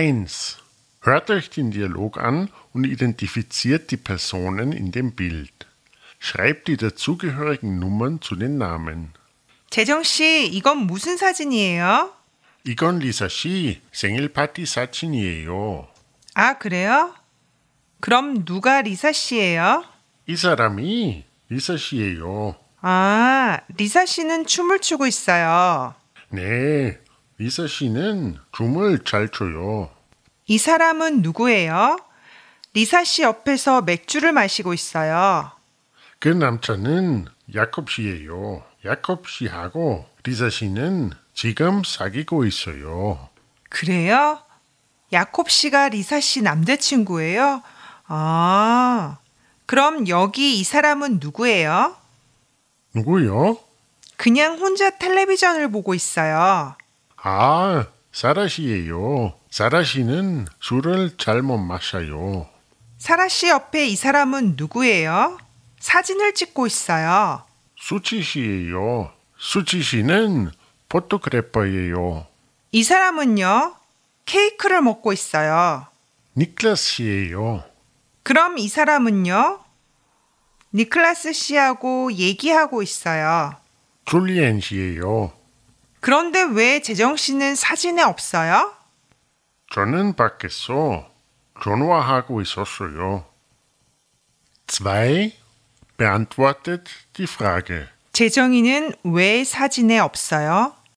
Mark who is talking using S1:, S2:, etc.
S1: 1. Hört euch den Dialog an und identifiziert die Personen in dem Bild. Schreibt die dazugehörigen Nummern zu den Namen.
S2: 재정 씨, 이건 무슨 사진이에요?
S1: 이건 리사 씨 생일 파티 사진이에요.
S2: 아, 그래요? 그럼 누가 리사 씨예요?
S1: 이 사람이 리사 씨예요.
S2: 아, 리사 씨는 춤을 추고 있어요.
S1: 네, 리사 씨는 춤을 잘 춰요.
S2: 이 사람은 누구예요? 리사 씨 옆에서 맥주를 마시고 있어요.
S1: 그 남자는 야콥 씨예요. 야콥 씨하고 리사 씨는 지금 사귀고 있어요.
S2: 그래요? 야콥 씨가 리사 씨 남자친구예요? 아, 그럼 여기 이 사람은 누구예요?
S1: 누구요?
S2: 그냥 혼자 텔레비전을 보고 있어요.
S1: 아, 사라 씨예요. 사라 씨는 술을 잘 못 마셔요.
S2: 사라 씨 옆에 이 사람은 누구예요? 사진을 찍고 있어요.
S1: 수치 씨예요. 수치 씨는 포토그래퍼예요.
S2: 이 사람은요? 케이크를 먹고 있어요.
S1: 니클라스 씨예요.
S2: 그럼 이 사람은요? 니클라스 씨하고 얘기하고 있어요.
S1: 줄리엔 씨예요.
S2: 그런데 왜 재정 씨는 사진에 없어요?
S1: 저는 밖에서 전화하고 있었어요. 2. Beantwortet die Frage.
S2: 재정이는 왜 사진에 없어요?